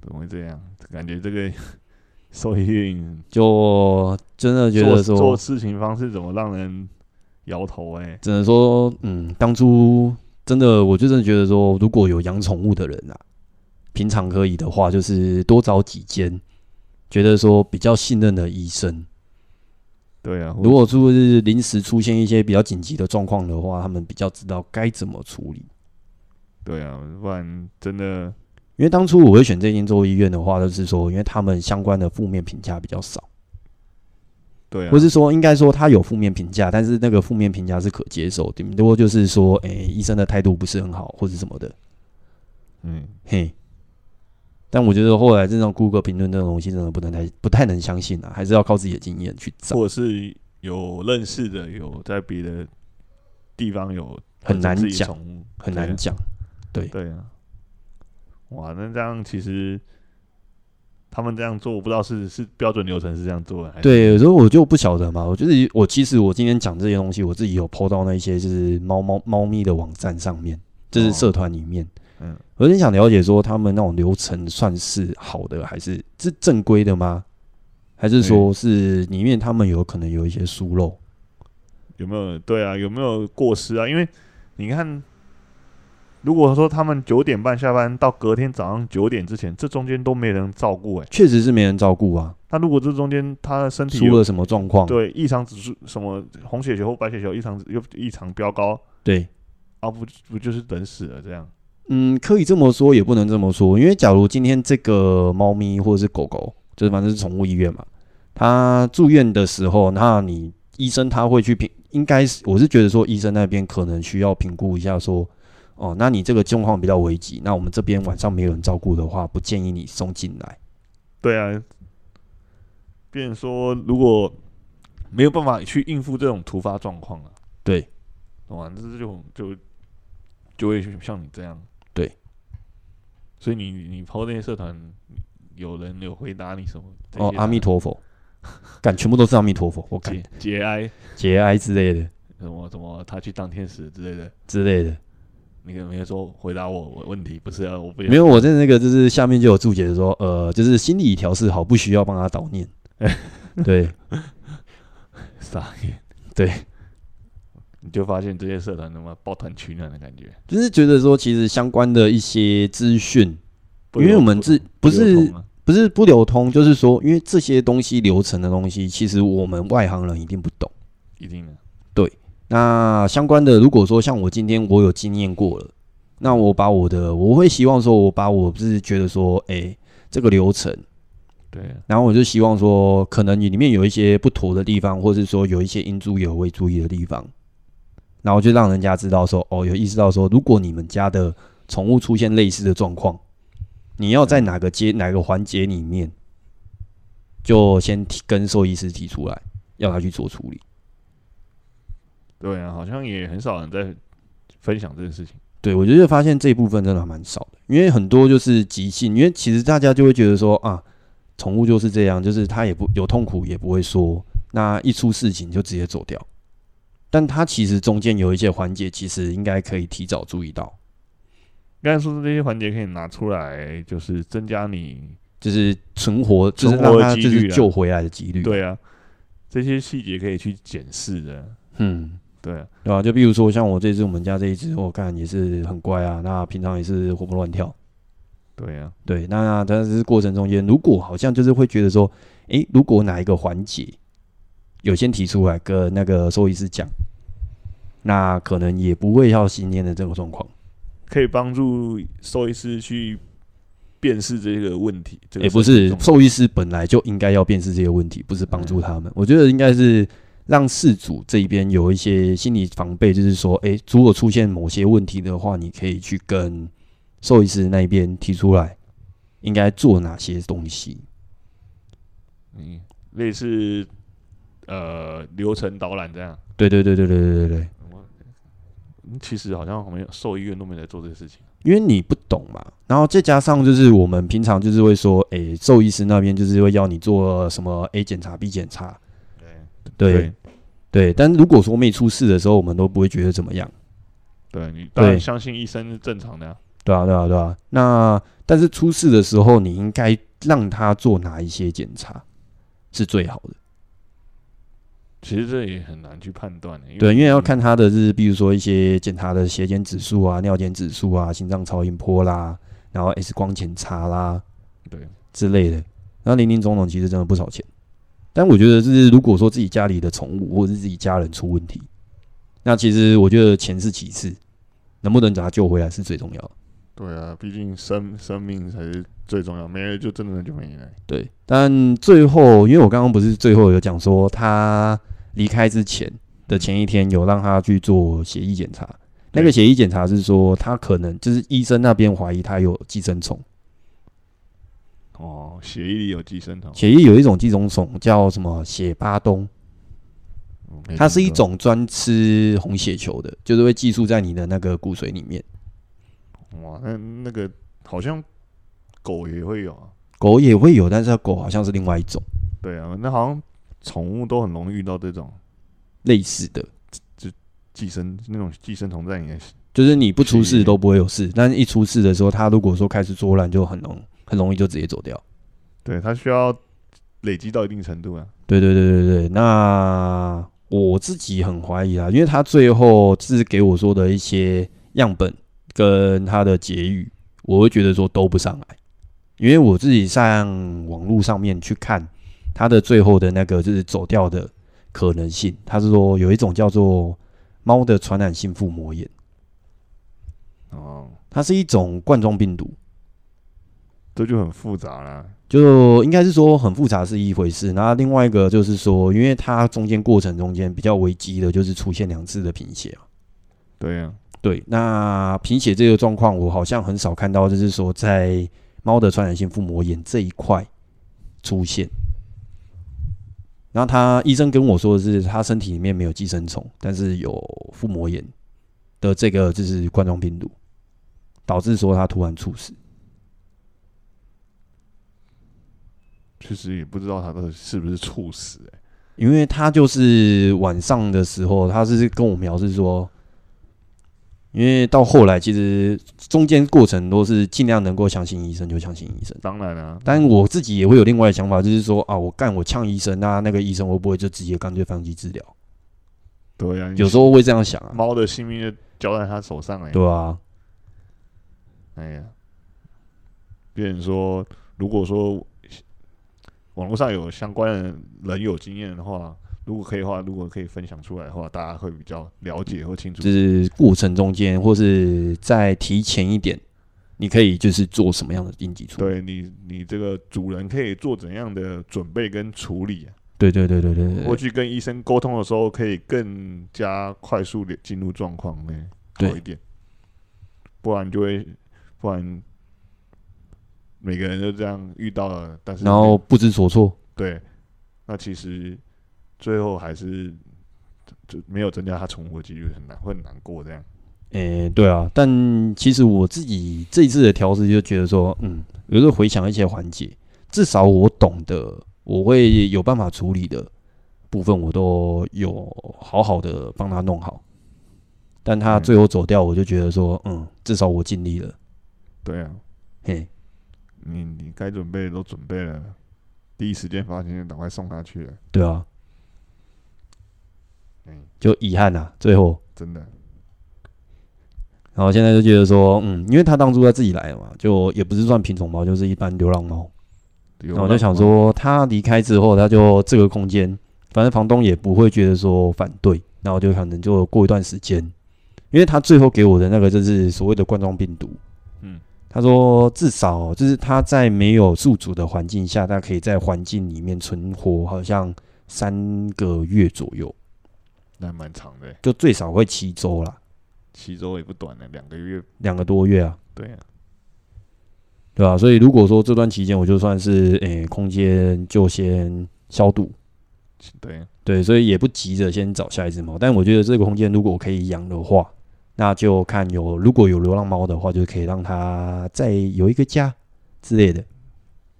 Speaker 2: 怎么会这样？感觉这个 (laughs) 受益运
Speaker 1: 就真的觉得
Speaker 2: 做做
Speaker 1: 说，
Speaker 2: 事情方式怎么让人摇头哎、
Speaker 1: 只能说，嗯，当初真的，我就真的觉得说，如果有养宠物的人啊，平常可以的话，就是多找几间，觉得说比较信任的医生。
Speaker 2: 对啊，
Speaker 1: 如果说是临时出现一些比较紧急的状况的话，他们比较知道该怎么处理。
Speaker 2: 对啊，不然真的
Speaker 1: 因为当初我会选这间州医院的话，就是说，因为他们相关的负面评价比较少，
Speaker 2: 对啊，
Speaker 1: 或是说，应该说他有负面评价，但是那个负面评价是可接受，顶多就是说，诶、医生的态度不是很好，或者什么的，
Speaker 2: 嗯，
Speaker 1: 嘿。但我觉得后来这种 Google 评论这种东西，真的不能太不太能相信啊，还是要靠自己的经验去找，
Speaker 2: 或者是有认识的，有在别的地方有
Speaker 1: 很难
Speaker 2: 自己
Speaker 1: 讲，
Speaker 2: 宠物
Speaker 1: 很难讲。
Speaker 2: 对啊，哇，那这样其实他们这样做，我不知道是是标准流程是这样做的，还是，
Speaker 1: 对，所以我就不晓得嘛。我就是我，其实我今天讲这些东西，我自己有 PO 到那些就是猫猫猫咪的网站上面，就是
Speaker 2: 哦
Speaker 1: 社团里面。
Speaker 2: 嗯，
Speaker 1: 我很想了解说他们那种流程算是好的，还是是正规的吗？还是说是里面他们有可能有一些疏漏？
Speaker 2: 有没有对啊？有没有过失啊？因为你看，如果说他们九点半下班到隔天早上九点之前，这中间都没人照顾，哎，
Speaker 1: 确实是没人照顾啊，
Speaker 2: 那如果这中间他的身体
Speaker 1: 出
Speaker 2: 有
Speaker 1: 了什么状况？
Speaker 2: 对异常指数什么红血球或白血球异常又异常飙高
Speaker 1: 对，
Speaker 2: 啊，不不就是等死了这样？
Speaker 1: 嗯，可以这么说，也不能这么说，因为假如今天这个猫咪或者是狗狗，就是反正是宠物医院嘛，它住院的时候，那你医生他会去评，应该是我是觉得说医生那边可能需要评估一下说，哦，那你这个状况比较危急，那我们这边晚上没有人照顾的话，不建议你送进来。
Speaker 2: 对啊，变成说如果没有办法去应付这种突发状况啊，
Speaker 1: 对，
Speaker 2: 懂吗？这就就就会像你这样，
Speaker 1: 对。
Speaker 2: 所以你你抛那些社团，有人有回答你什么？这
Speaker 1: 哦
Speaker 2: 些，
Speaker 1: 阿弥陀佛，干，全部都是阿弥陀佛，我感
Speaker 2: 节节哀
Speaker 1: 节哀之类的
Speaker 2: 什么什么，他去当天使之类的，
Speaker 1: 之类的。
Speaker 2: 你可能没说回答我我问题，不是啊，我不
Speaker 1: 没有，我在那个就是下面就有注解说，呃，就是心理调试好，不需要帮他悼念。对，
Speaker 2: 傻眼，
Speaker 1: 对，
Speaker 2: 你就发现这些社团他妈抱团取暖的感觉，
Speaker 1: 就是觉得说，其实相关的一些资讯，
Speaker 2: 不
Speaker 1: 因为
Speaker 2: 流
Speaker 1: 我们
Speaker 2: 不
Speaker 1: 自不
Speaker 2: 不流
Speaker 1: 是
Speaker 2: 通啊
Speaker 1: 不是不流通，就是说，因为这些东西流程的东西，其实我们外行人一定不懂。
Speaker 2: 一定的，
Speaker 1: 那相关的，如果说像我今天我有经验过了，那我把我的，我会希望说，我把我就是觉得说，哎、这个流程，
Speaker 2: 对啊。
Speaker 1: 然后我就希望说，可能你里面有一些不妥的地方，或是说有一些应注意而未注意的地方，然后就让人家知道说，哦，有意识到说，如果你们家的宠物出现类似的状况，你要在哪个阶哪个环节里面，就先提跟兽医师提出来，要他去做处理。
Speaker 2: 对啊，好像也很少人在分享这件事情。
Speaker 1: 对，我觉得发现这一部分真的还蛮少的，因为很多就是急性，因为其实大家就会觉得说啊，宠物就是这样，就是它也不有痛苦也不会说，那一出事情就直接走掉。但它其实中间有一些环节，其实应该可以提早注意到，
Speaker 2: 刚才说的这些环节可以拿出来，就是增加你
Speaker 1: 就是存活，就是
Speaker 2: 存活
Speaker 1: 让它
Speaker 2: 的几
Speaker 1: 就是
Speaker 2: 率啊
Speaker 1: 救回来的几率。，
Speaker 2: 对啊，这些细节可以去检视的。
Speaker 1: 嗯，
Speaker 2: 对啊，
Speaker 1: 对啊，就比如说像我这只我们家这一只，我看也是很乖啊，那平常也是活蹦乱跳。
Speaker 2: 对啊，
Speaker 1: 对，那但是过程中间，如果好像就是会觉得说，诶，如果哪一个环节有先提出来跟那个兽医师讲，那可能也不会要今天的这个状况，
Speaker 2: 可以帮助兽医师去辨识这个问题。啊这个
Speaker 1: 也不
Speaker 2: 身体
Speaker 1: 是
Speaker 2: 状况
Speaker 1: 兽医师本来就应该要辨识这些问题，不是帮助他们。我觉得应该是让事主这一边有一些心理防备，就是说，诶，如果出现某些问题的话，你可以去跟兽医师那边提出来，应该做哪些东西。
Speaker 2: 嗯，类似呃流程导览这样。
Speaker 1: 对对对对对对对对。
Speaker 2: 嗯其实好像没有兽医院都没在做这个事情。
Speaker 1: 因为你不懂嘛，然后再加上就是我们平常就是会说，诶、兽医师那边就是会要你做什么 A 检查、B 检查，
Speaker 2: 对
Speaker 1: 对，对，但如果说没出事的时候，我们都不会觉得怎么样。
Speaker 2: 对你当然
Speaker 1: 对
Speaker 2: 相信医生是正常的、啊，
Speaker 1: 对啊，对啊，对啊。那但是出事的时候，你应该让他做哪一些检查是最好的？
Speaker 2: 其实这也很难去判断、的，
Speaker 1: 对，因为嗯要看他的是，比如说一些检查的血检指数啊、尿检指数啊、心脏超音波啦，然后 X 光检查啦
Speaker 2: 对
Speaker 1: 之类的。那零零总总其实真的不少钱。但我觉得是，如果说自己家里的宠物或者是自己家人出问题，那其实我觉得钱是其次，能不能把它救回来是最重要的。
Speaker 2: 对啊，毕竟生生命才是最重要，没了就真的就没了。
Speaker 1: 对，但最后，因为我刚刚不是最后有讲说，他离开之前的前一天有让他去做血液检查，那个
Speaker 2: 对
Speaker 1: 血液检查是说他可能就是医生那边怀疑他有寄生虫，
Speaker 2: 哦，血液里有寄生虫，
Speaker 1: 血液有一种寄生虫叫什么血巴东，
Speaker 2: 嗯没
Speaker 1: 它
Speaker 2: 听
Speaker 1: 是一
Speaker 2: 过
Speaker 1: 种专吃红血球的，就是会寄宿在你的那个骨髓里面。
Speaker 2: 哇，那那个好像狗也会有啊，
Speaker 1: 狗也会有，但是它狗好像是另外一种
Speaker 2: 对啊，那好像宠物都很容易遇到这种
Speaker 1: 类似的，
Speaker 2: 寄生那种寄生虫在你的
Speaker 1: 就是你不出
Speaker 2: 是
Speaker 1: 事都不会有事，但是一出事的时候，它如果说开始作乱，就很容很容易就直接走掉。
Speaker 2: 对，它需要累积到一定程度啊。
Speaker 1: 对对对对对，那我自己很怀疑啊啦，因为他最后是给我说的一些样本跟他的结语，我会觉得说都不上来，因为我自己上网络上面去看他的最后的那个就是走掉的可能性，他是说有一种叫做猫的传染性腹膜炎，
Speaker 2: 哦，
Speaker 1: 它是一种冠状病毒，
Speaker 2: 这就很复杂啦。
Speaker 1: 就应该是说很复杂是一回事，那另外一个就是说，因为它中间过程中间比较危机的就是出现两次的贫血嘛。
Speaker 2: 对啊，
Speaker 1: 对，那贫血这个状况，我好像很少看到，就是说在猫的传染性腹膜炎这一块出现。然后他医生跟我说的是，他身体里面没有寄生虫，但是有腹膜炎的这个就是冠状病毒，导致说他突然猝死。
Speaker 2: 确实也不知道它到底是不是猝死、欸。
Speaker 1: 因为他就是晚上的时候，他是跟我描述说，因为到后来其实中间过程都是尽量能够相信医生就相信医生，
Speaker 2: 当然啊，
Speaker 1: 但我自己也会有另外的想法，就是说啊，我干我呛医生那那个医生会不会就直接干脆放弃治疗？
Speaker 2: 对啊，你
Speaker 1: 有时候会这样想啊，
Speaker 2: 猫的性命就交在它手上哎、
Speaker 1: 对啊，
Speaker 2: 哎呀，别人说，如果说网络上有相关的人有经验的话，如果可以的话，如果可以分享出来的话，大家会比较了解或清楚
Speaker 1: 就。是过程中间或是再提前一点，你可以就是做什么样的应急处理？
Speaker 2: 对你，你这个主人可以做怎样的准备跟处理、啊？
Speaker 1: 对对对对对对对，
Speaker 2: 过去跟医生沟通的时候，可以更加快速的进入状况呢，好
Speaker 1: 对
Speaker 2: 一点。不然就会，不然每个人都这样遇到了，但是
Speaker 1: 然后不知所措，
Speaker 2: 对，那其实最后还是就没有增加他重活几率，很难会很难过这样。
Speaker 1: 诶、对啊，但其实我自己这一次的调试就觉得说，嗯，有时候回想一些环节，至少我懂得，我会有办法处理的部分，我都有好好的帮他弄好。但他
Speaker 2: 嗯
Speaker 1: 最后走掉，我就觉得说，嗯，至少我尽力了。
Speaker 2: 对啊，
Speaker 1: 嘿，
Speaker 2: 你你该准备的都准备了，第一时间发现就赶快送他去了，
Speaker 1: 对啊，
Speaker 2: 嗯，
Speaker 1: 就遗憾啊，最后，
Speaker 2: 真的。
Speaker 1: 然后现在就觉得说，嗯，因为他当初他自己来的嘛，就也不是算品种猫，就是一般流浪猫。
Speaker 2: 然
Speaker 1: 然后我就想，说，他离开之后，他就这个空间，反正房东也不会觉得说反对，然后就可能就过一段时间，因为他最后给我的那个就是所谓的冠状病毒，
Speaker 2: 嗯，
Speaker 1: 他说至少就是他在没有宿主的环境下，他可以在环境里面存活，好像三个月左右，
Speaker 2: 那还蛮长的欸，
Speaker 1: 就最少会七周啦，
Speaker 2: 七周也不短了，两个月。
Speaker 1: 两个多月啊，
Speaker 2: 对啊，
Speaker 1: 对吧、所以如果说这段期间我就算是诶、空间就先消毒，
Speaker 2: 对啊，
Speaker 1: 对，所以也不急着先找下一只猫。但我觉得这个空间如果可以养的话，那就看有如果有流浪猫的话，就可以让它再有一个家之类的，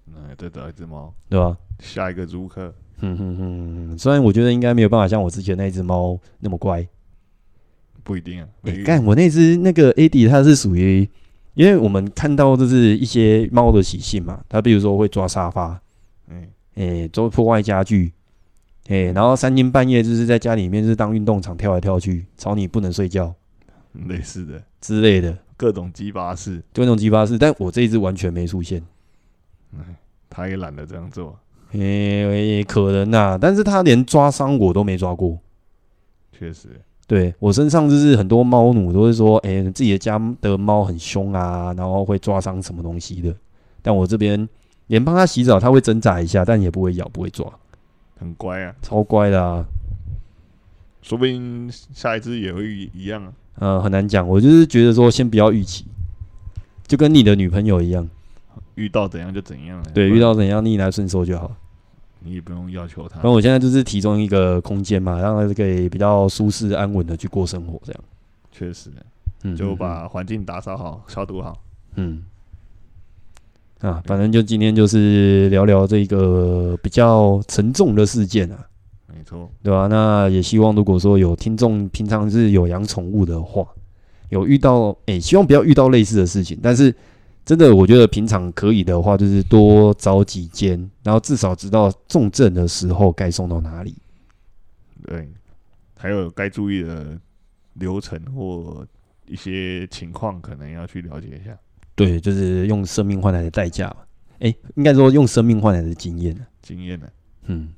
Speaker 2: 那再找一只猫，
Speaker 1: 对吧？
Speaker 2: 下一个租客，
Speaker 1: 嗯哼哼哼，虽然我觉得应该没有办法像我之前那只猫那么乖。
Speaker 2: 不一定啊。
Speaker 1: 哎、
Speaker 2: 每个
Speaker 1: 干我那只那个 AD 它是属于，因为我们看到就是一些猫的习性嘛，它比如说会抓沙发，
Speaker 2: 嗯，
Speaker 1: 诶、都破坏家具，诶、然后三更半夜就是在家里面就是当运动场跳来跳去，吵你不能睡觉
Speaker 2: 类似的
Speaker 1: 之类的，
Speaker 2: 各种鸡巴事，
Speaker 1: 就那种鸡巴事。但我这一只完全没出现，
Speaker 2: 他也懒得这样做，
Speaker 1: 诶、诶可能呐、但是它连抓伤我都没抓过。
Speaker 2: 确实，
Speaker 1: 对我身上就是很多猫奴都会说，诶、自己的家的猫很凶啊，然后会抓伤什么东西的。但我这边连帮它洗澡，它会挣扎一下，但也不会咬，不会抓，
Speaker 2: 很乖啊。
Speaker 1: 超乖的啊。
Speaker 2: 说不定下一只也会一一样啊。
Speaker 1: 呃，很难讲。我就是觉得说，先不要预期，就跟你的女朋友一样，
Speaker 2: 遇到怎样就怎样了。
Speaker 1: 对，
Speaker 2: 不然
Speaker 1: 遇到怎样逆来顺受就好。
Speaker 2: 你也不用要求他
Speaker 1: 反。正我现在就是提供一个空间嘛，让她可以比较舒适安稳的去过生活，这样。
Speaker 2: 确实，
Speaker 1: 嗯，
Speaker 2: 就
Speaker 1: 嗯
Speaker 2: 把环境打扫好、消毒好。
Speaker 1: 嗯。啊，反正就今天就是聊聊这个比较沉重的事件啊，
Speaker 2: 没错，
Speaker 1: 对吧、那也希望如果说有听众平常是有养宠物的话，有遇到，诶、希望不要遇到类似的事情。但是真的，我觉得平常可以的话，就是多找几间，然后至少知道重症的时候该送到哪里。
Speaker 2: 对，还有该注意的流程或一些情况，可能要去了解一下。
Speaker 1: 对，就是用生命换来的代价嘛。诶、应该说用生命换来的经验啊
Speaker 2: 经验呢，
Speaker 1: 嗯。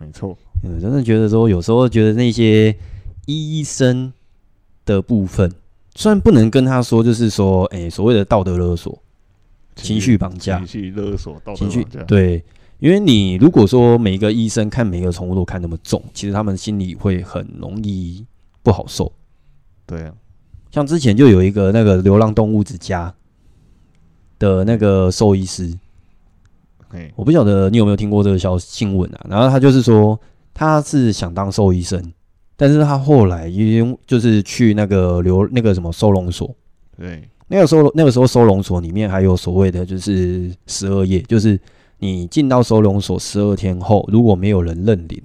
Speaker 2: 没错，
Speaker 1: 嗯，真的觉得说，有时候觉得那些医生的部分，虽然不能跟他说，就是说，哎、所谓的道德勒索、情绪绑架
Speaker 2: 情、绪勒索、道德
Speaker 1: 情绪
Speaker 2: 绑架，
Speaker 1: 对，因为你如果说每一个医生看每一个宠物都看那么重，其实他们心里会很容易不好受。
Speaker 2: 对啊，
Speaker 1: 像之前就有一个那个流浪动物之家的那个兽医师，
Speaker 2: 嘿，
Speaker 1: 我不晓得你有没有听过这个消新闻啊？然后他就是说他是想当兽医生，但是他后来因为就是去那个流那个什么收容所，
Speaker 2: 对，
Speaker 1: 那个收那个时候收容所里面还有所谓的就是十二夜，就是你进到收容所十二天后，如果没有人认领，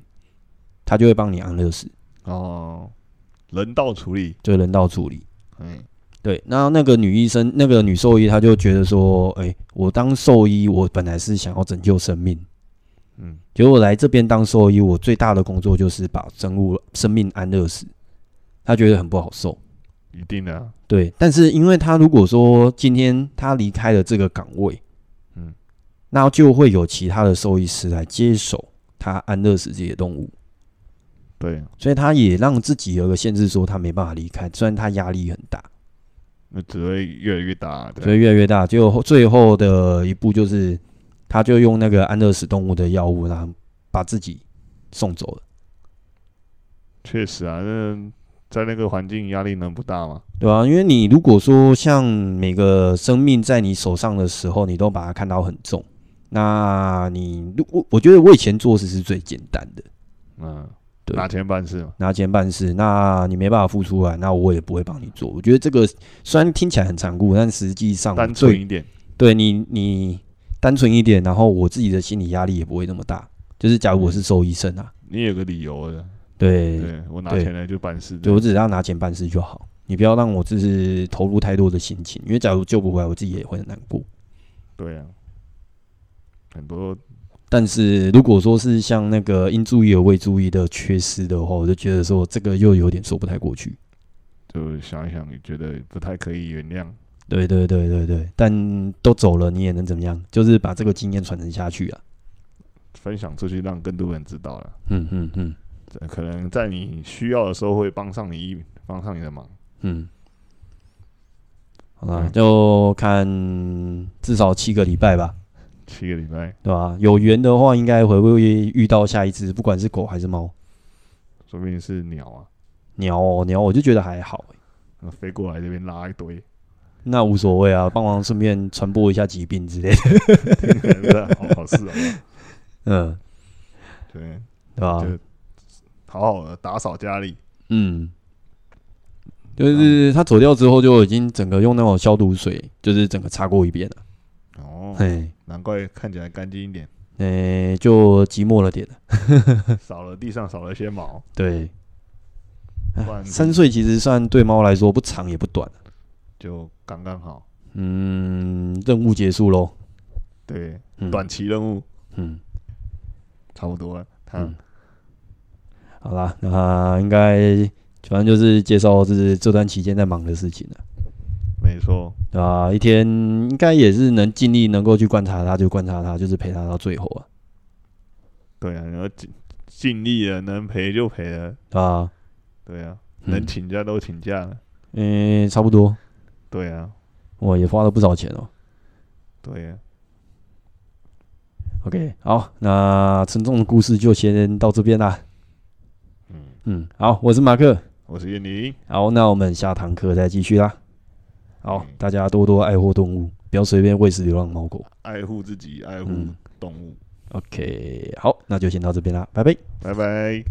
Speaker 1: 他就会帮你安乐死，
Speaker 2: 哦，人道处理，
Speaker 1: 就人道处理。
Speaker 2: 哎，
Speaker 1: 对，那那个女医生，那个女兽医，她就觉得说，哎、我当兽医，我本来是想要拯救生命，
Speaker 2: 嗯，
Speaker 1: 结果来这边当兽医，我最大的工作就是把生物生命安乐死，他觉得很不好受。
Speaker 2: 一定的啊，
Speaker 1: 对，但是因为他如果说今天他离开了这个岗位，
Speaker 2: 嗯，
Speaker 1: 那就会有其他的兽医师来接手他安乐死这些动物，
Speaker 2: 对啊，
Speaker 1: 所以他也让自己有个限制，说他没办法离开，虽然他压力很大，
Speaker 2: 那只会越来越大，对啊
Speaker 1: 所以越来越大。就后最后的一步就是，他就用那个安乐死动物的药物，然后把自己送走了。
Speaker 2: 确实啊，那在那个环境压力能不大吗？
Speaker 1: 对啊，因为你如果说像每个生命在你手上的时候，你都把它看到很重，那你如我我觉得我以前做事是最简单的，
Speaker 2: 嗯，
Speaker 1: 对
Speaker 2: 拿钱办事嘛，
Speaker 1: 拿钱办事，那你没办法付出啊来，那我也不会帮你做。我觉得这个虽然听起来很残酷，但实际上
Speaker 2: 单纯
Speaker 1: 最
Speaker 2: 一点，
Speaker 1: 对你你单纯一点，然后我自己的心理压力也不会那么大。就是假如
Speaker 2: 嗯
Speaker 1: 我是兽医生啊，
Speaker 2: 你有个理由的，
Speaker 1: 对，
Speaker 2: 对我拿
Speaker 1: 对
Speaker 2: 钱来就办事，
Speaker 1: 对我只要拿钱办事就好，你不要让我就是投入太多的心情，因为假如救不回来，我自己也会很难过。
Speaker 2: 对啊，很多
Speaker 1: 但是如果说是像那个应注意而未注意的缺失的话，我就觉得说这个又有点说不太过去。
Speaker 2: 就想一想，觉得不太可以原谅，
Speaker 1: 对对对对对，但都走了，你也能怎么样？就是把这个经验传承下去啊。
Speaker 2: 分享出去让更多人知道了，
Speaker 1: 嗯嗯嗯
Speaker 2: 这可能在你需要的时候会帮上你一帮上你的忙，
Speaker 1: 嗯。好啦，
Speaker 2: 嗯
Speaker 1: 就看至少七个礼拜吧，
Speaker 2: 七个礼拜，
Speaker 1: 对吧？有缘的话，应该会会遇到下一只，不管是狗还是猫。
Speaker 2: 说不定是鸟啊，
Speaker 1: 鸟哦鸟，我就觉得还好欸、
Speaker 2: 那飞过来这边拉一堆， (laughs)
Speaker 1: 那无所谓啊，帮忙顺便传播一下疾病之类的。 (laughs)
Speaker 2: 好好事啊，
Speaker 1: 嗯，
Speaker 2: 对，
Speaker 1: 对吧？
Speaker 2: 就好好的打扫家里，
Speaker 1: 嗯，就是他走掉之后，就已经整个用那种消毒水，就是整个擦过一遍了。
Speaker 2: 哦，
Speaker 1: 嘿，
Speaker 2: 难怪看起来干净一点，
Speaker 1: 呃、就寂寞了点。
Speaker 2: 少了地上少了一些毛，
Speaker 1: 对，
Speaker 2: 不然
Speaker 1: 三岁其实算对猫来说不长也不短。
Speaker 2: 就刚刚好。
Speaker 1: 嗯，任务结束喽。
Speaker 2: 对，
Speaker 1: 嗯，
Speaker 2: 短期任务
Speaker 1: 嗯，
Speaker 2: 差不多了。它
Speaker 1: 嗯好啦，那应该反正就是介绍就是这段期间在忙的事情了。
Speaker 2: 没错，
Speaker 1: 对吧？一天应该也是能尽力能够去观察它，就观察它，就是陪它到最后啊，
Speaker 2: 对啊，然后尽尽力了，能陪就陪了，
Speaker 1: 对吧？
Speaker 2: 对啊，
Speaker 1: 嗯
Speaker 2: 能请假都请假了，
Speaker 1: 嗯、差不多，
Speaker 2: 对啊，
Speaker 1: 我也花了不少钱哦。
Speaker 2: 对啊，
Speaker 1: OK，好，那沉重的故事就先到这边啦。
Speaker 2: 嗯，
Speaker 1: 嗯，好，我是马克，
Speaker 2: 我是燕宁，
Speaker 1: 好，那我们下堂课再继续啦。好
Speaker 2: 嗯，
Speaker 1: 大家多多爱护动物，不要随便喂食流浪猫狗。
Speaker 2: 爱护自己，爱护
Speaker 1: 嗯
Speaker 2: 动物，
Speaker 1: OK，好，那就先到这边啦，拜拜。
Speaker 2: 拜拜。